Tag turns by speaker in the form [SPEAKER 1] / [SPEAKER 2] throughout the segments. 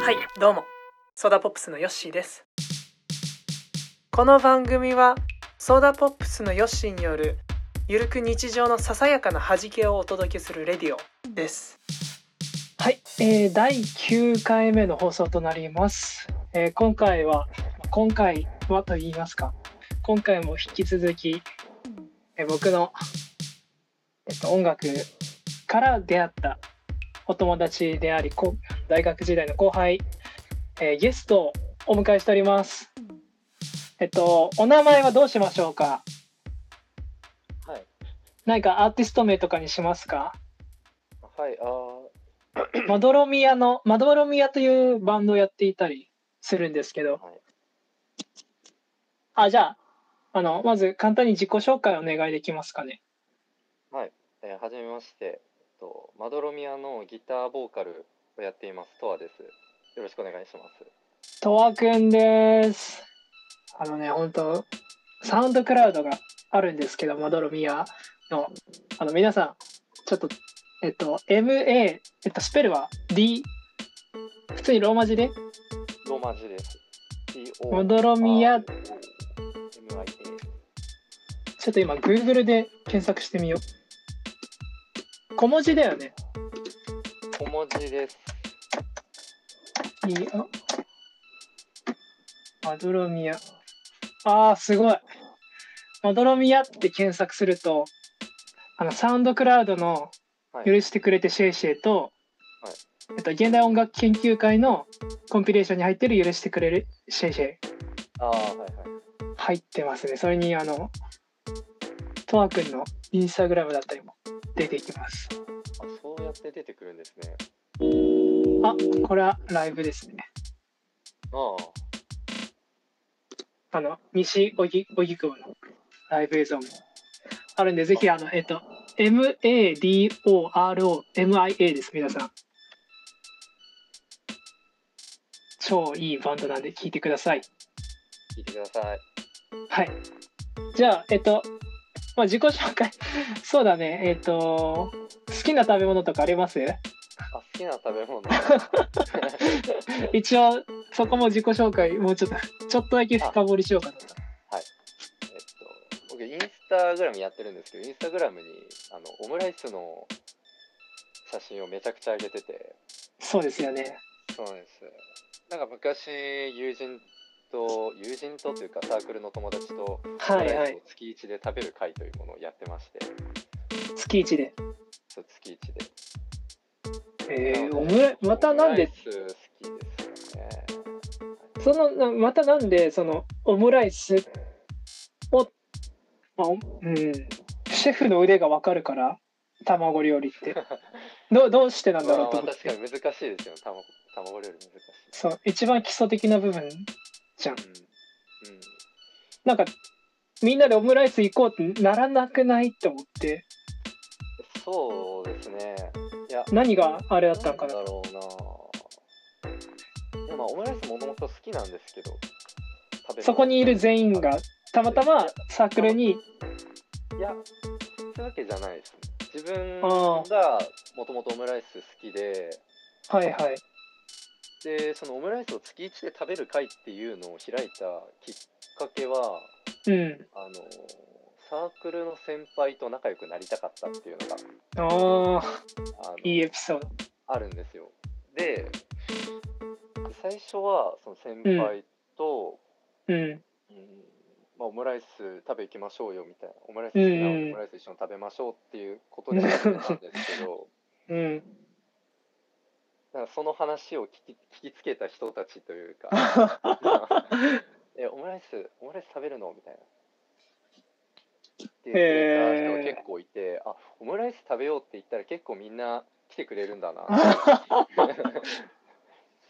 [SPEAKER 1] はいどうもソーダポップスのヨッシーですこの番組はソーダポップスのヨッシーによるゆるく日常のささやかな弾けをお届けするレディオですはい、えー、第9回目の放送となります、えー今回は今回はと言いますか今回も引き続き、えー僕の、えっと音楽から出会ったお友達でありこ大学時代の後輩、えーゲストをお迎えしておりますえっとお名前はどうしましょうか
[SPEAKER 2] はい。
[SPEAKER 1] 何かアーティスト名とかにしますか
[SPEAKER 2] はい、あ
[SPEAKER 1] まどろみやのまどろみやというバンドをやっていたりするんですけど
[SPEAKER 2] ーはい。
[SPEAKER 1] あじゃああのまず簡単に自己紹介お願いできますかね
[SPEAKER 2] えーはじめまして、えっと、まどろみやのギターボーカルをやっています、とわです。よろしくお願いします。
[SPEAKER 1] とわくんです。あのね、本当サウンドクラウドがあるんですけど、まどろみやの、あの、皆さん、ちょっと、えっと、MA、えっと、スペルは D、普通にローマ字で、
[SPEAKER 2] ローマ字です。T-O
[SPEAKER 1] まどろみや
[SPEAKER 2] R M-I-A
[SPEAKER 1] ちょっと今、Google で検索してみよう。小文字だよね。
[SPEAKER 2] 小文字です。
[SPEAKER 1] いいよ。マドロミア。ああ、すごい。マドロミアって検索すると、あの、サウンドクラウドの
[SPEAKER 2] はい
[SPEAKER 1] 許してくれてシェイシェイと、
[SPEAKER 2] はい
[SPEAKER 1] えっと、現代音楽研究会のコンピレーションに入ってる許してくれるシェイシェイ
[SPEAKER 2] ああ、はいはい。
[SPEAKER 1] 入ってますね。それに、あの、トワ君のインスタグラムだったりも出てきます。
[SPEAKER 2] あ、そうやって出てくるんですね。
[SPEAKER 1] あ、これはライブですね。
[SPEAKER 2] あ
[SPEAKER 1] あの、西荻荻窪のライブ映像もあるんで、ぜひ、あの、えっと、MADOROMIA です、皆さん。超いいバンドなんで聴いてください。
[SPEAKER 2] あ、聞いてください。
[SPEAKER 1] はい。じゃあ、えっと、まあ、自己紹介。 そうだね、えっと、好きな食べ物とかあります
[SPEAKER 2] あ、好きな食べ物。
[SPEAKER 1] 一応、そこも自己紹介、もうちょっと、ちょっとだけ深掘りしようかなと。
[SPEAKER 2] えっと、僕インスタグラムやってるんですけどインスタグラムにあのオムライスの写真をめちゃくちゃ上げてて
[SPEAKER 1] そうですよね。
[SPEAKER 2] そうなんですなんか昔友人と友人とというかサークルの友達とオ
[SPEAKER 1] は
[SPEAKER 2] ム
[SPEAKER 1] い
[SPEAKER 2] ラ
[SPEAKER 1] は
[SPEAKER 2] イス
[SPEAKER 1] い
[SPEAKER 2] を。月一で食べる会というものをやってまして、
[SPEAKER 1] 月一で。
[SPEAKER 2] そう月一で
[SPEAKER 1] えー、
[SPEAKER 2] な
[SPEAKER 1] オ
[SPEAKER 2] の
[SPEAKER 1] ム
[SPEAKER 2] で
[SPEAKER 1] ライまたなんで
[SPEAKER 2] オムライス好きですよね
[SPEAKER 1] そのなまたなんでそのオムライスを、まあおうん、シェフの腕がわかるから卵料理 ってどうどうしてなんだろうと
[SPEAKER 2] まあ
[SPEAKER 1] 思っ
[SPEAKER 2] 確か
[SPEAKER 1] て
[SPEAKER 2] に難しいですよ卵卵料理難しい
[SPEAKER 1] そう一番基礎的な部分じゃん
[SPEAKER 2] うん、うん、
[SPEAKER 1] なんかみんなでオムライス行こうってならなくないって思って
[SPEAKER 2] そうですねいや
[SPEAKER 1] 何があれだったのかな
[SPEAKER 2] なんだろうな。いやまあオムライスもともと好きなんですけど。食べる
[SPEAKER 1] そこにいる全員がたまたまサークルに
[SPEAKER 2] いや、そういうわけじゃないです、ね。自分
[SPEAKER 1] あ
[SPEAKER 2] が
[SPEAKER 1] ー
[SPEAKER 2] もともとオムライス好きで、
[SPEAKER 1] はいはい
[SPEAKER 2] で、そのオムライスを月一で食べる会っていうのを開いたきっかけは、
[SPEAKER 1] うん
[SPEAKER 2] あの、サークルの先輩と仲良くなりたかったっていうのが、
[SPEAKER 1] ああ
[SPEAKER 2] あの
[SPEAKER 1] いいエピソード
[SPEAKER 2] あるんですよ。で、最初はその先輩と、
[SPEAKER 1] うん
[SPEAKER 2] うんまあ、オムライス食べ行きましょうよみたいなオムライス好きなの
[SPEAKER 1] うんう
[SPEAKER 2] で
[SPEAKER 1] ん
[SPEAKER 2] オムライス一緒に食べましょうっていうことになったんですけど
[SPEAKER 1] うん
[SPEAKER 2] なんかその話を聞き聞きつけた人たちというか えオムライスオムライス食べるのみたいな。って言ってた人が結構いて、あオムライス食べようって言ったら結構みんな来てくれるんだな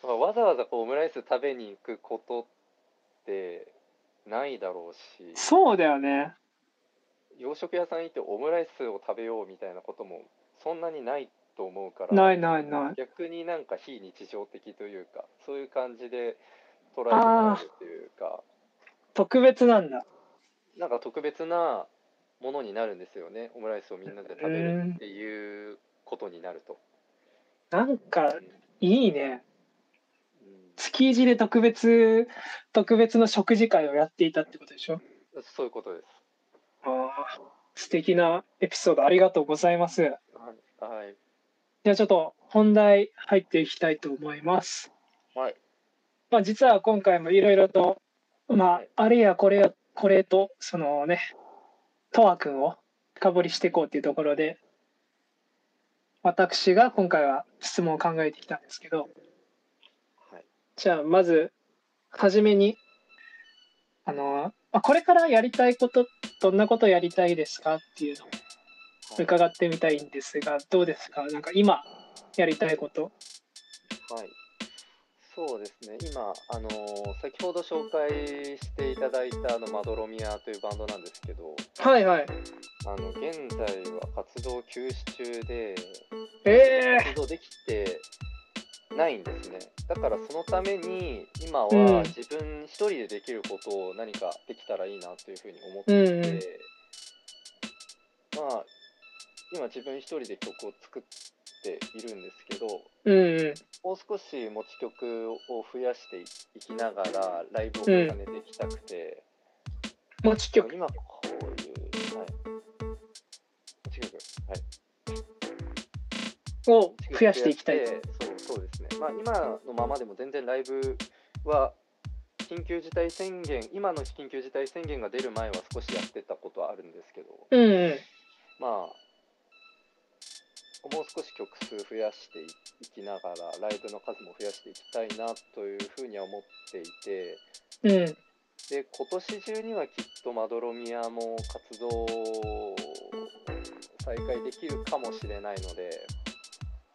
[SPEAKER 2] まあわざわざこうオムライス食べに行くことってないだろうし
[SPEAKER 1] そうだよね
[SPEAKER 2] 洋食屋さん行ってオムライスを食べようみたいなこともそんなにないと思うから
[SPEAKER 1] ないないない
[SPEAKER 2] 逆になんか非日常的というかそういう感じで捉えてもらえるというか
[SPEAKER 1] 特別なんだ
[SPEAKER 2] なんか特別なものになるんですよねオムライスをみんなで食べるっていうことになると。
[SPEAKER 1] なんか
[SPEAKER 2] うん
[SPEAKER 1] いいね
[SPEAKER 2] うん
[SPEAKER 1] 月一で特別特別の食事会をやっていたってことでしょ
[SPEAKER 2] そういうことです。
[SPEAKER 1] ああ素敵なエピソードありがとうございます
[SPEAKER 2] はい。はい。
[SPEAKER 1] じゃあちょっと本題入っていきたいと思います
[SPEAKER 2] はい。
[SPEAKER 1] まあ、実は今回もいろいろと、ま
[SPEAKER 2] はい
[SPEAKER 1] あ、あれやこれやこれとそのねとわくんを深掘りしていこうっていうところで私が今回は質問を考えてきたんですけど
[SPEAKER 2] はい
[SPEAKER 1] じゃあまず初めにあの、まあ、これからやりたいことどんなことやりたいですかっていうのを伺ってみたいんですがどうですかなんか今やりたいこと
[SPEAKER 2] はい。そうですね、今、あのー先ほど紹介していただいたあのマドロミアというバンドなんですけど、
[SPEAKER 1] はいはい
[SPEAKER 2] あの現在は活動休止中で、
[SPEAKER 1] え
[SPEAKER 2] 活動できてないんですね。だからそのために、今
[SPEAKER 1] うん
[SPEAKER 2] は自分一人でできることを何かできたらいいなというふうに思っ
[SPEAKER 1] え
[SPEAKER 2] て
[SPEAKER 1] うんうん
[SPEAKER 2] て、まあ、今自分一人で曲を作っているんですけど、
[SPEAKER 1] うんうん
[SPEAKER 2] もう少し持ち曲を増やしていきながらライブを重ねていきたくて、
[SPEAKER 1] 持ち曲
[SPEAKER 2] 今こういう、はい、持ち曲、はい、
[SPEAKER 1] を
[SPEAKER 2] 持ち曲
[SPEAKER 1] 増やしていきたい。
[SPEAKER 2] そうそうですね、まあ、今のままでも全然ライブは緊急事態宣言今の緊急事態宣言が出る前は少しやってたことはあるんですけど、
[SPEAKER 1] うんうん。
[SPEAKER 2] まあ、もう少し曲数増やしていきながら、ライブの数も増やしていきたいなというふうには思っていて、
[SPEAKER 1] うん。
[SPEAKER 2] で、今年中にはきっとマドロミアも活動を再開できるかもしれないので、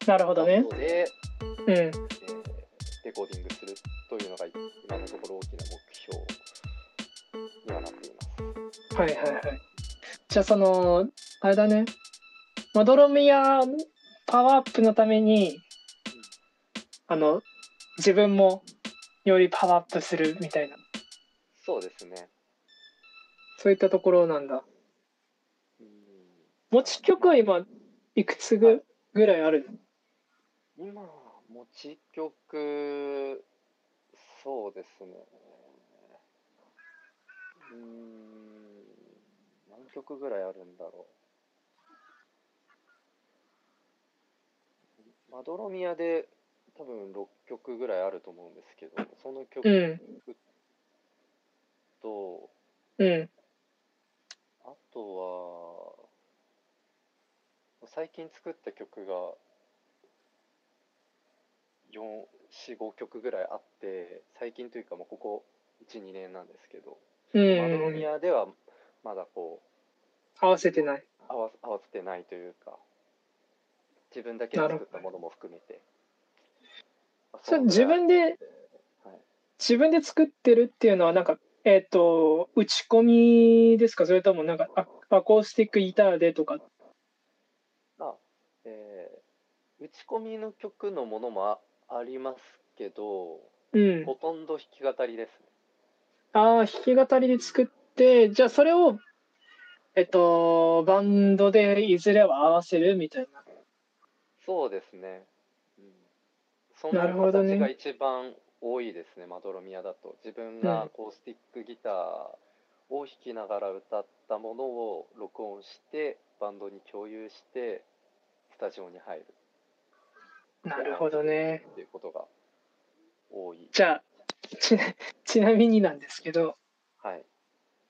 [SPEAKER 1] なるほどね。
[SPEAKER 2] 後で、
[SPEAKER 1] うん。
[SPEAKER 2] えーレコーディングするというのが今のところ大きな目標にはなっています。
[SPEAKER 1] はいはいはい。じゃあその、あれだね。マドロミアパワーアップのために、あの、自分もよりパワーアップするみたいな、
[SPEAKER 2] そうですね。
[SPEAKER 1] そういったところなんだ。
[SPEAKER 2] うん
[SPEAKER 1] 持ち曲は今、いくつぐぐらいある
[SPEAKER 2] 今持ち曲そうですねうーん何曲ぐらいあるんだろうマドロミアで多分6曲ぐらいあると思うんですけどその
[SPEAKER 1] う
[SPEAKER 2] 曲
[SPEAKER 1] ん。
[SPEAKER 2] と、
[SPEAKER 1] うん。
[SPEAKER 2] あとは最近作った曲が45曲ぐらいあって最近というかもうここ12年なんですけど、
[SPEAKER 1] う
[SPEAKER 2] マドロ
[SPEAKER 1] ん
[SPEAKER 2] ミ。アではまだこ
[SPEAKER 1] 合わせてない。
[SPEAKER 2] う合わ合わせてないというか自分だけで
[SPEAKER 1] なる
[SPEAKER 2] 作ったものも含めてあ
[SPEAKER 1] それ
[SPEAKER 2] う
[SPEAKER 1] 自
[SPEAKER 2] はい
[SPEAKER 1] 分で、自分で作ってるっていうのはなんかえっ、と打ち込みですかそれともなんかアアコースティックギターでとか
[SPEAKER 2] えー打ち込みの曲のものもあありますけど
[SPEAKER 1] うん
[SPEAKER 2] ほとんど弾き語りですね
[SPEAKER 1] ああ弾き語りで作ってじゃあそれをえっ、とバンドでいずれは合わせるみたいな
[SPEAKER 2] そうですね。うん、そ
[SPEAKER 1] なるほ
[SPEAKER 2] の
[SPEAKER 1] どね
[SPEAKER 2] 形が一番多いですね、マドロミアだと。自分が
[SPEAKER 1] うん
[SPEAKER 2] アコースティックギターを弾きながら歌ったものを録音して、バンドに共有して、スタジオに入る
[SPEAKER 1] なるほどね
[SPEAKER 2] っていうことが多い。
[SPEAKER 1] じゃあちなちなみになんですけど
[SPEAKER 2] はい。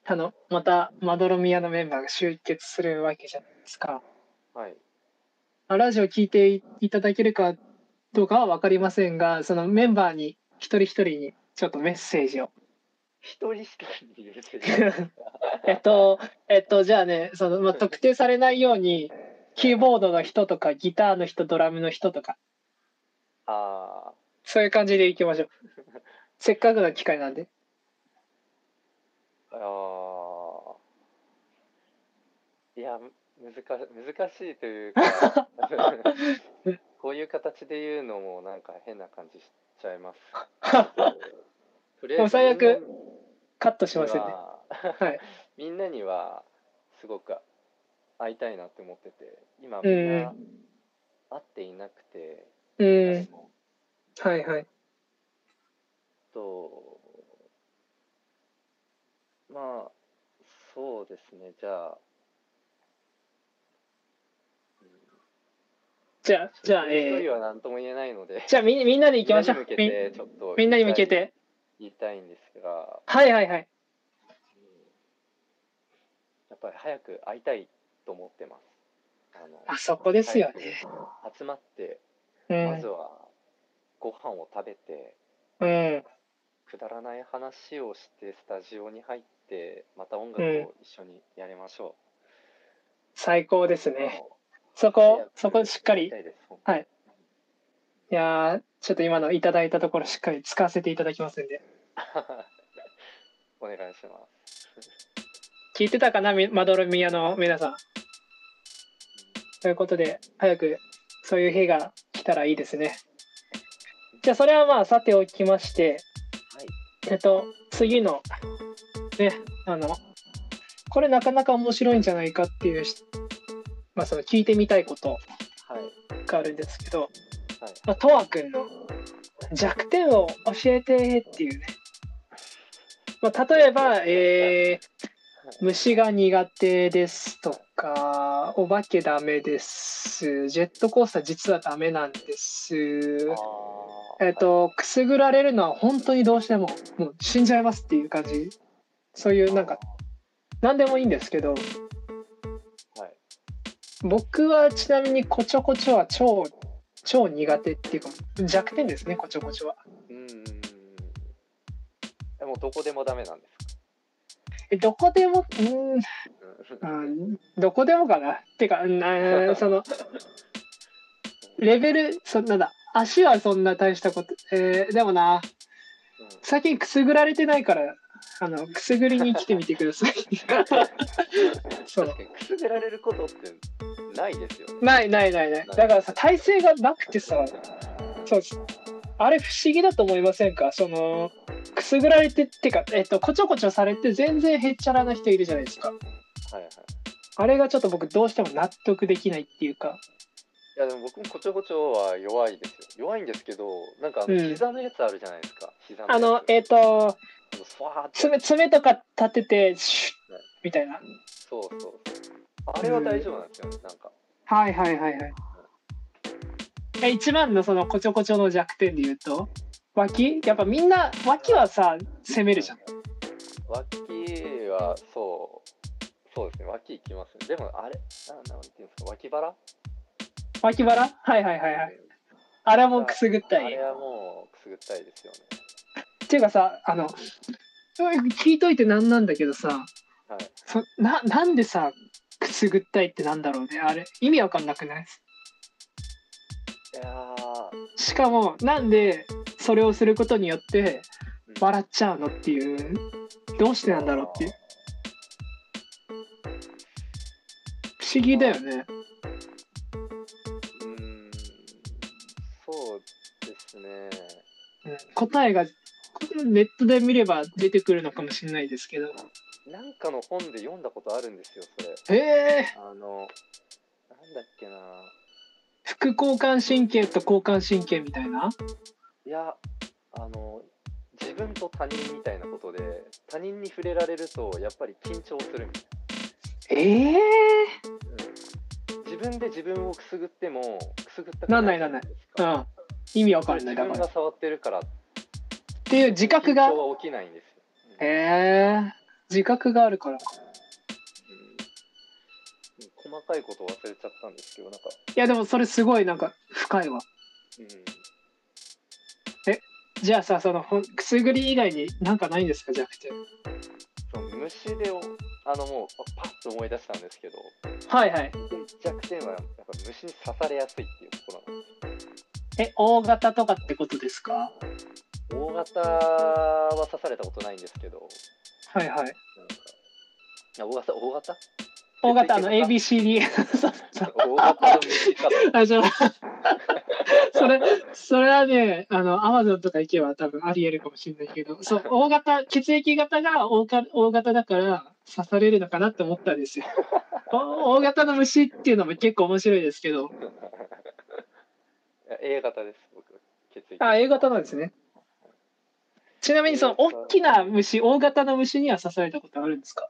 [SPEAKER 1] あのまたまどろみやのメンバーが集結するわけじゃないですか
[SPEAKER 2] はい。
[SPEAKER 1] まあラジオ聞いていいただけるかどうかは分かりませんがそのメンバーに一人一人にちょっとメッセージを
[SPEAKER 2] 一人しかいるっていう
[SPEAKER 1] えっとえっとじゃあねその、まあ、特定されないようにキーボードの人とかギターの人ドラムの人とか
[SPEAKER 2] あ
[SPEAKER 1] そういう感じでいきましょうせっかくの機会なんで
[SPEAKER 2] ーあー。いや、む難か難しいとい うか。こういう形で言うのもなんか変な感じしちゃいます。とり
[SPEAKER 1] もう最悪カットし
[SPEAKER 2] みんな
[SPEAKER 1] ます
[SPEAKER 2] に
[SPEAKER 1] んで、
[SPEAKER 2] は
[SPEAKER 1] はい、
[SPEAKER 2] みんなにはすごく会いたいなって思ってて、今
[SPEAKER 1] う
[SPEAKER 2] み
[SPEAKER 1] ん
[SPEAKER 2] んな会っていなくて、
[SPEAKER 1] う
[SPEAKER 2] 誰
[SPEAKER 1] ん
[SPEAKER 2] も
[SPEAKER 1] はいはい
[SPEAKER 2] まあ、そうですね、じゃあ。うん
[SPEAKER 1] じゃあ、じゃあ、
[SPEAKER 2] 一
[SPEAKER 1] え
[SPEAKER 2] 人は何とも言えないので
[SPEAKER 1] ー、じゃあみんみんなで行きましょ
[SPEAKER 2] みんな
[SPEAKER 1] う
[SPEAKER 2] に向け。
[SPEAKER 1] みん
[SPEAKER 2] てちょっと
[SPEAKER 1] みんなに向けて。
[SPEAKER 2] 言いたいんですが、
[SPEAKER 1] はいはいはい。
[SPEAKER 2] うんやっぱり早く会いたいと思ってます。あの
[SPEAKER 1] あそこですよね。
[SPEAKER 2] 早く集まって、
[SPEAKER 1] う
[SPEAKER 2] ま
[SPEAKER 1] ん
[SPEAKER 2] ず。はご飯を食べて、
[SPEAKER 1] うん。
[SPEAKER 2] くだらない話をしてスタジオに入って、また音楽を一緒にやりましょ
[SPEAKER 1] 最高です
[SPEAKER 2] う。
[SPEAKER 1] ね。
[SPEAKER 2] あ
[SPEAKER 1] そ
[SPEAKER 2] の
[SPEAKER 1] こ、そこしっかり。
[SPEAKER 2] 早く
[SPEAKER 1] い
[SPEAKER 2] 会いたいです
[SPEAKER 1] はいやーちょっと今のいただいたところしっかり使わせていただきますんで。
[SPEAKER 2] お願いします。
[SPEAKER 1] 聞いてたかなみまどろみやの皆さん。ということで、早くそういう日が来たらいいですね。じゃあ、それはまあ、さておきまして、
[SPEAKER 2] はい
[SPEAKER 1] えっと、次の、ね、あの、これなかなか面白いんじゃないかっていうし、まあ、その聞いてみたいこと
[SPEAKER 2] はい。はい。
[SPEAKER 1] があるんですけど、まあ、とわくんの弱点を教えてっていうね。まあ、例えば、えー虫が苦手ですとか、お化けダメです、ジェットコースター実はダメなんです。
[SPEAKER 2] あー
[SPEAKER 1] えっ、、と、くすぐられるのは本当にどうしても、もう死んじゃいますっていう感じ。そういう、なんか、何でもいいんですけど、
[SPEAKER 2] はい。
[SPEAKER 1] 僕はちなみにこちょこちょは超、超苦手っていうか、弱点ですね、こちょこちょは。
[SPEAKER 2] うーん。でもどこでもダメなんです
[SPEAKER 1] えどこでも、うーん
[SPEAKER 2] か。
[SPEAKER 1] うん、どこでもかな。ってか、うんあーその、レベル、そんなんだ、足はそんな大したこと、えーでもな、
[SPEAKER 2] うん
[SPEAKER 1] 最近くすぐられてないから、あの、くすぐりに来てみてください。そう
[SPEAKER 2] 確。かにくすぐられることってないですよね。
[SPEAKER 1] ないないないない。だからさ、体勢がなくてさ、そうです。あれ不思議だと思いませんかその、くすぐられてってか、えっと、こちょこちょされて全然へっちゃらな人いるじゃないですか。
[SPEAKER 2] はいはい。
[SPEAKER 1] あれがちょっと僕どうしても納得できないっていうか。
[SPEAKER 2] いやでも僕もこちょこちょは弱いですよ。弱いんですけど、なんかあ
[SPEAKER 1] う
[SPEAKER 2] の
[SPEAKER 1] ん
[SPEAKER 2] 膝のやつあるじゃないですか。膝のやつ
[SPEAKER 1] あの、えっ、と、
[SPEAKER 2] あのスワーって。
[SPEAKER 1] 爪、爪とか立てて、シュッみたいな。
[SPEAKER 2] そうそうそう。あれは大丈夫なんですよね。なんか。
[SPEAKER 1] はいはいはいはい。え、一番のそのこちょこちょの弱点で言うと、脇やっぱみんな、脇はさ、攻めるじゃん。。
[SPEAKER 2] 脇はそう。そうですね。脇いきますね。でもあれ、ななんていうんですか、脇腹
[SPEAKER 1] 脇腹はいはいはいはい。あれはもうくすぐった
[SPEAKER 2] あ
[SPEAKER 1] い
[SPEAKER 2] れ。はもうくすぐったいですよね。
[SPEAKER 1] っていうかさ、あの、聞いといてなんなんだけどさ、
[SPEAKER 2] はい。
[SPEAKER 1] そな、なんでさ、くすぐったいってなんだろうね。あれ、意味わかんなくない
[SPEAKER 2] いやー
[SPEAKER 1] しかも、なんで、それをすることによって、
[SPEAKER 2] うん
[SPEAKER 1] 笑っちゃうのっていう、どうしてなんだろうっていう。不思議だよね。
[SPEAKER 2] うーんそうですね。
[SPEAKER 1] 答えがネットで見れば出てくるのかもしれないですけど
[SPEAKER 2] なんかの本で読んだことあるんですよ、それ。
[SPEAKER 1] へえ
[SPEAKER 2] あの、なんだっけな。
[SPEAKER 1] 副交感神経と交感神経みたいない
[SPEAKER 2] や、あの、自分と他人みたいなことで、他人に触れられると、やっぱり緊張するみたい
[SPEAKER 1] ええ
[SPEAKER 2] な。うん自分で自分をくすぐっても、くすぐったく
[SPEAKER 1] なんないなんない
[SPEAKER 2] じゃです
[SPEAKER 1] う
[SPEAKER 2] か
[SPEAKER 1] ん意味わかんな
[SPEAKER 2] 自
[SPEAKER 1] いだ
[SPEAKER 2] 分
[SPEAKER 1] から
[SPEAKER 2] が
[SPEAKER 1] っ
[SPEAKER 2] 触ってるから、
[SPEAKER 1] ていう自覚が
[SPEAKER 2] 緊張は起きないんですよ。うん
[SPEAKER 1] へえ自覚があるからい
[SPEAKER 2] うん細かいことを忘れちゃったんですけど、なんか、
[SPEAKER 1] やでもそれすごいなんか深いわ
[SPEAKER 2] うん、
[SPEAKER 1] じゃあさそのほんくすぐり以外になんかないんですか弱点
[SPEAKER 2] その虫でおあのもうあパッと思い出したんですけど、
[SPEAKER 1] はいはい
[SPEAKER 2] 弱点はやっぱ虫に刺されやすいっていうところなんです
[SPEAKER 1] え大型とかってことですか
[SPEAKER 2] よ。大型は刺されたことないんですけど、
[SPEAKER 1] はいはい
[SPEAKER 2] なんかあ大型大型
[SPEAKER 1] 大型あの
[SPEAKER 2] 血液型
[SPEAKER 1] ABCD
[SPEAKER 2] 大型の虫かと。
[SPEAKER 1] あじゃあ それそれはねあのアマゾンとか行けば多分ありえるかもしれないけどそう大型血液型が大か大型だから刺されるのかなって思ったん ですよお大型の虫っていうのも結構面白いですけど
[SPEAKER 2] A 型です、僕。血液
[SPEAKER 1] あ A 型なんですねちなみにその大きな虫、大型の虫には刺されたことあるんですか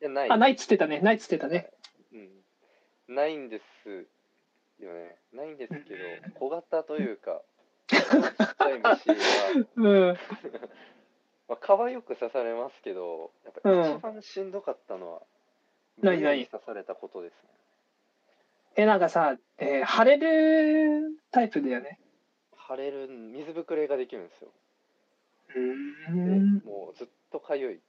[SPEAKER 2] いや、ない。
[SPEAKER 1] あ、ないっつってたね。ないっつってたね。
[SPEAKER 2] うん。ないんですよね。ないんです けど、小型というか、ちっちゃい虫は、
[SPEAKER 1] うん。
[SPEAKER 2] まあ、皮よく刺されますけど、やっぱ一番しんどかったのは、
[SPEAKER 1] 何
[SPEAKER 2] 胸
[SPEAKER 1] 何
[SPEAKER 2] に刺されたことですね。
[SPEAKER 1] え、なんかさ、えー腫れるタイプだよね。
[SPEAKER 2] 腫れる、水ぶくれができるんですよ。
[SPEAKER 1] う
[SPEAKER 2] で
[SPEAKER 1] ん。
[SPEAKER 2] もうずっとかゆい。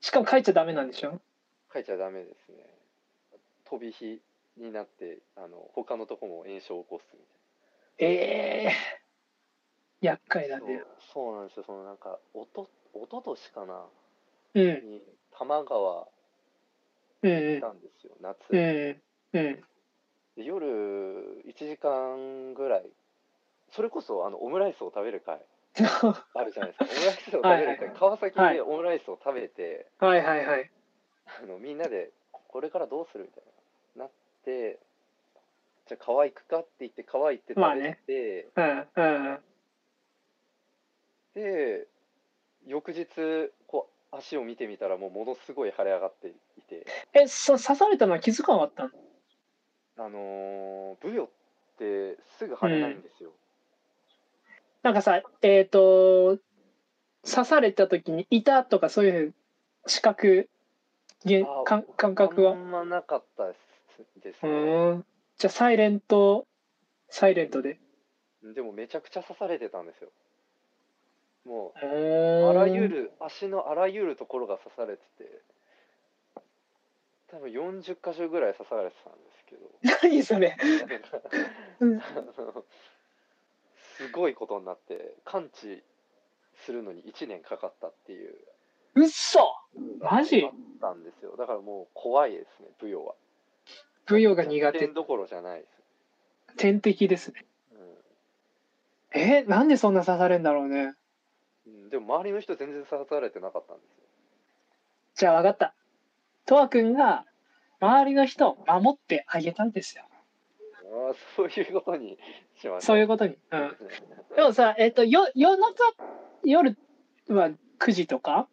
[SPEAKER 1] しかも書いちゃダメなんでしょ
[SPEAKER 2] かいちゃダメですね。飛び火になって、あの、他のとこも炎症を起こすみたいな。
[SPEAKER 1] ええー。厄介だ
[SPEAKER 2] そう
[SPEAKER 1] ね。
[SPEAKER 2] そうなんですよ、そのなんか、おと、おととしかな、
[SPEAKER 1] うん。
[SPEAKER 2] に、多摩川
[SPEAKER 1] うん
[SPEAKER 2] 行っ
[SPEAKER 1] う
[SPEAKER 2] たんですよ、夏。
[SPEAKER 1] ん。うん。うん。
[SPEAKER 2] で夜、1時間ぐらい、それこそ、あの、オムライスを食べ る会、あるじゃないですか。オムライスを食べる会、
[SPEAKER 1] はいはい
[SPEAKER 2] 川崎
[SPEAKER 1] は
[SPEAKER 2] で
[SPEAKER 1] い
[SPEAKER 2] オムライスを食べて、
[SPEAKER 1] はいはいはい。
[SPEAKER 2] あの、みんなで、これからどうするみたいな、なって、じゃあ川行くかって言って、川行って食べて、
[SPEAKER 1] まあねうんうん。
[SPEAKER 2] で翌日こう足を見てみたらもうものすごい腫れ上がっていて、
[SPEAKER 1] え、そ刺されたのは気づかなかったの
[SPEAKER 2] あのー、ブヨってすぐ腫れないんですよ、
[SPEAKER 1] なんかさ、えっ、と、刺された時に、いたとかそういう視覚、げ
[SPEAKER 2] あ
[SPEAKER 1] 感感覚は
[SPEAKER 2] あ。んまなかったですです
[SPEAKER 1] う
[SPEAKER 2] ね、
[SPEAKER 1] ーん。じゃあ、サイレント、サイレントで。
[SPEAKER 2] でもめちゃくちゃ刺されてたんですよも
[SPEAKER 1] う
[SPEAKER 2] う
[SPEAKER 1] ーん
[SPEAKER 2] あらゆ。る足のあらゆるところが刺されてて多分40箇所ぐらい刺されてたんですけど
[SPEAKER 1] 何それ。
[SPEAKER 2] なんか
[SPEAKER 1] うん
[SPEAKER 2] あのすごいことになって完治するのに1年かかったっていう
[SPEAKER 1] うっそマジ
[SPEAKER 2] あったんですよだからもう怖いですねブヨは
[SPEAKER 1] ブヨが苦
[SPEAKER 2] 弱
[SPEAKER 1] 手
[SPEAKER 2] 点。どころじゃないで
[SPEAKER 1] 天敵ですね。
[SPEAKER 2] す、
[SPEAKER 1] えなんでそんな刺されんだろうね。
[SPEAKER 2] うんうんでも周りの人全然刺されてなかったんですよ
[SPEAKER 1] じゃあ、わかった。とわくんが、周りの人を守ってあげたんですよ。
[SPEAKER 2] ああそういうことにしました
[SPEAKER 1] そういううことに。うんん。でもさ、えっ、と、よ、夜中、夜は9時とか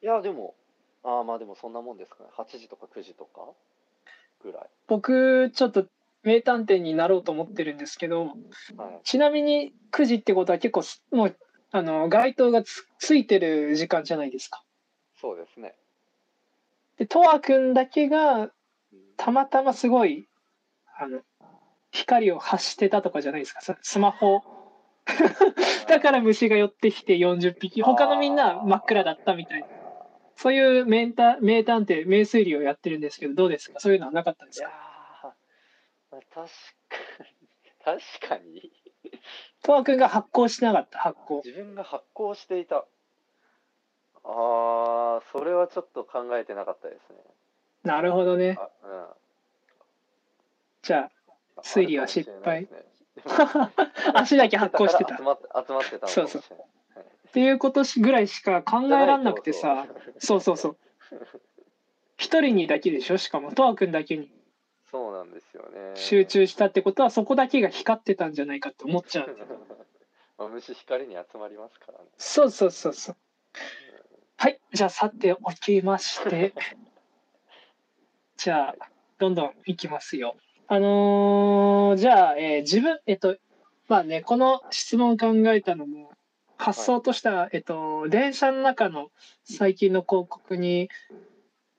[SPEAKER 2] いやでもああまあでもそんなもんですかね8時とか9時とかぐらい
[SPEAKER 1] 僕、ちょっと名探偵になろうと思ってるんですけど、
[SPEAKER 2] はい
[SPEAKER 1] ちなみに9時ってことは結構す、もう、あの、街灯がつついてる時間じゃないですか。
[SPEAKER 2] そうですね、
[SPEAKER 1] で、とわくんだけが、
[SPEAKER 2] うん
[SPEAKER 1] たまたますごい、あの、光を発してたとかじゃないですか、さスマホ。だから虫が寄ってきて40匹、他のみんな真っ暗だったみたいな。そういう名探名探偵、名推理をやってるんですけど、どうですかそういうのはなかったんで
[SPEAKER 2] い
[SPEAKER 1] す
[SPEAKER 2] やー
[SPEAKER 1] か
[SPEAKER 2] まあ確かに確かに
[SPEAKER 1] とわくんが発行しなかった、発行。
[SPEAKER 2] 自分が発行していたあーそれはちょっと考えてなかったですね
[SPEAKER 1] なるほどね。
[SPEAKER 2] あうん
[SPEAKER 1] じゃ
[SPEAKER 2] あ
[SPEAKER 1] 推理は失敗
[SPEAKER 2] あるかもしれな
[SPEAKER 1] あ、足だ
[SPEAKER 2] いですね
[SPEAKER 1] け発行してた。
[SPEAKER 2] 集
[SPEAKER 1] っ
[SPEAKER 2] まって集まってたのかもしれない
[SPEAKER 1] そうていうことしぐらいしか考えらんなくて
[SPEAKER 2] じゃな
[SPEAKER 1] さ
[SPEAKER 2] い、と
[SPEAKER 1] そうそうそう。一人にだけでしょしかも、とわくんだけに
[SPEAKER 2] そうなんですよね
[SPEAKER 1] 集中したってことは、そこだけが光ってたんじゃないかって思っちゃう。
[SPEAKER 2] まあ虫光に集まりますからね
[SPEAKER 1] そうそうそうそう。はい、じゃあさておきまして、じゃあどんどんいきますよ。あのーじゃあ、えー自分えっとまあねこの質問を考えたのも発想とした、えっと電車の中の最近の広告に。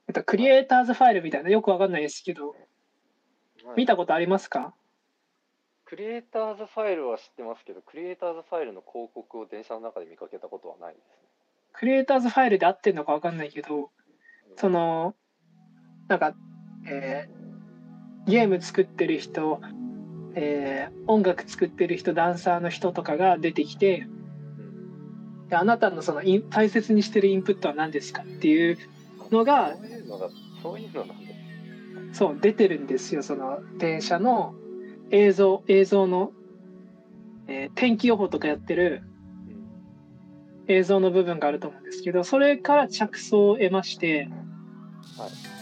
[SPEAKER 1] えっと、クリエイターズファイルみたいなよくわかんないですけど見たことありますか
[SPEAKER 2] クリエイターズファイルは知ってますけどクリエイターズファイルの広告を電車の中で見かけたことはないですね
[SPEAKER 1] クリエイターズファイルで合ってるのかわかんないけどそのなんか、えーゲーム作ってる人、えー音楽作ってる人ダンサーの人とかが出てきてであなたのそのイン大切にしてるインプットは何ですかっていうのが
[SPEAKER 2] そういうのがそういうのなんです
[SPEAKER 1] そう出てるんですよその電車の映像映像の、えー天気予報とかやってる映像の部分があると思うんですけどそれから着想を得まして、
[SPEAKER 2] はい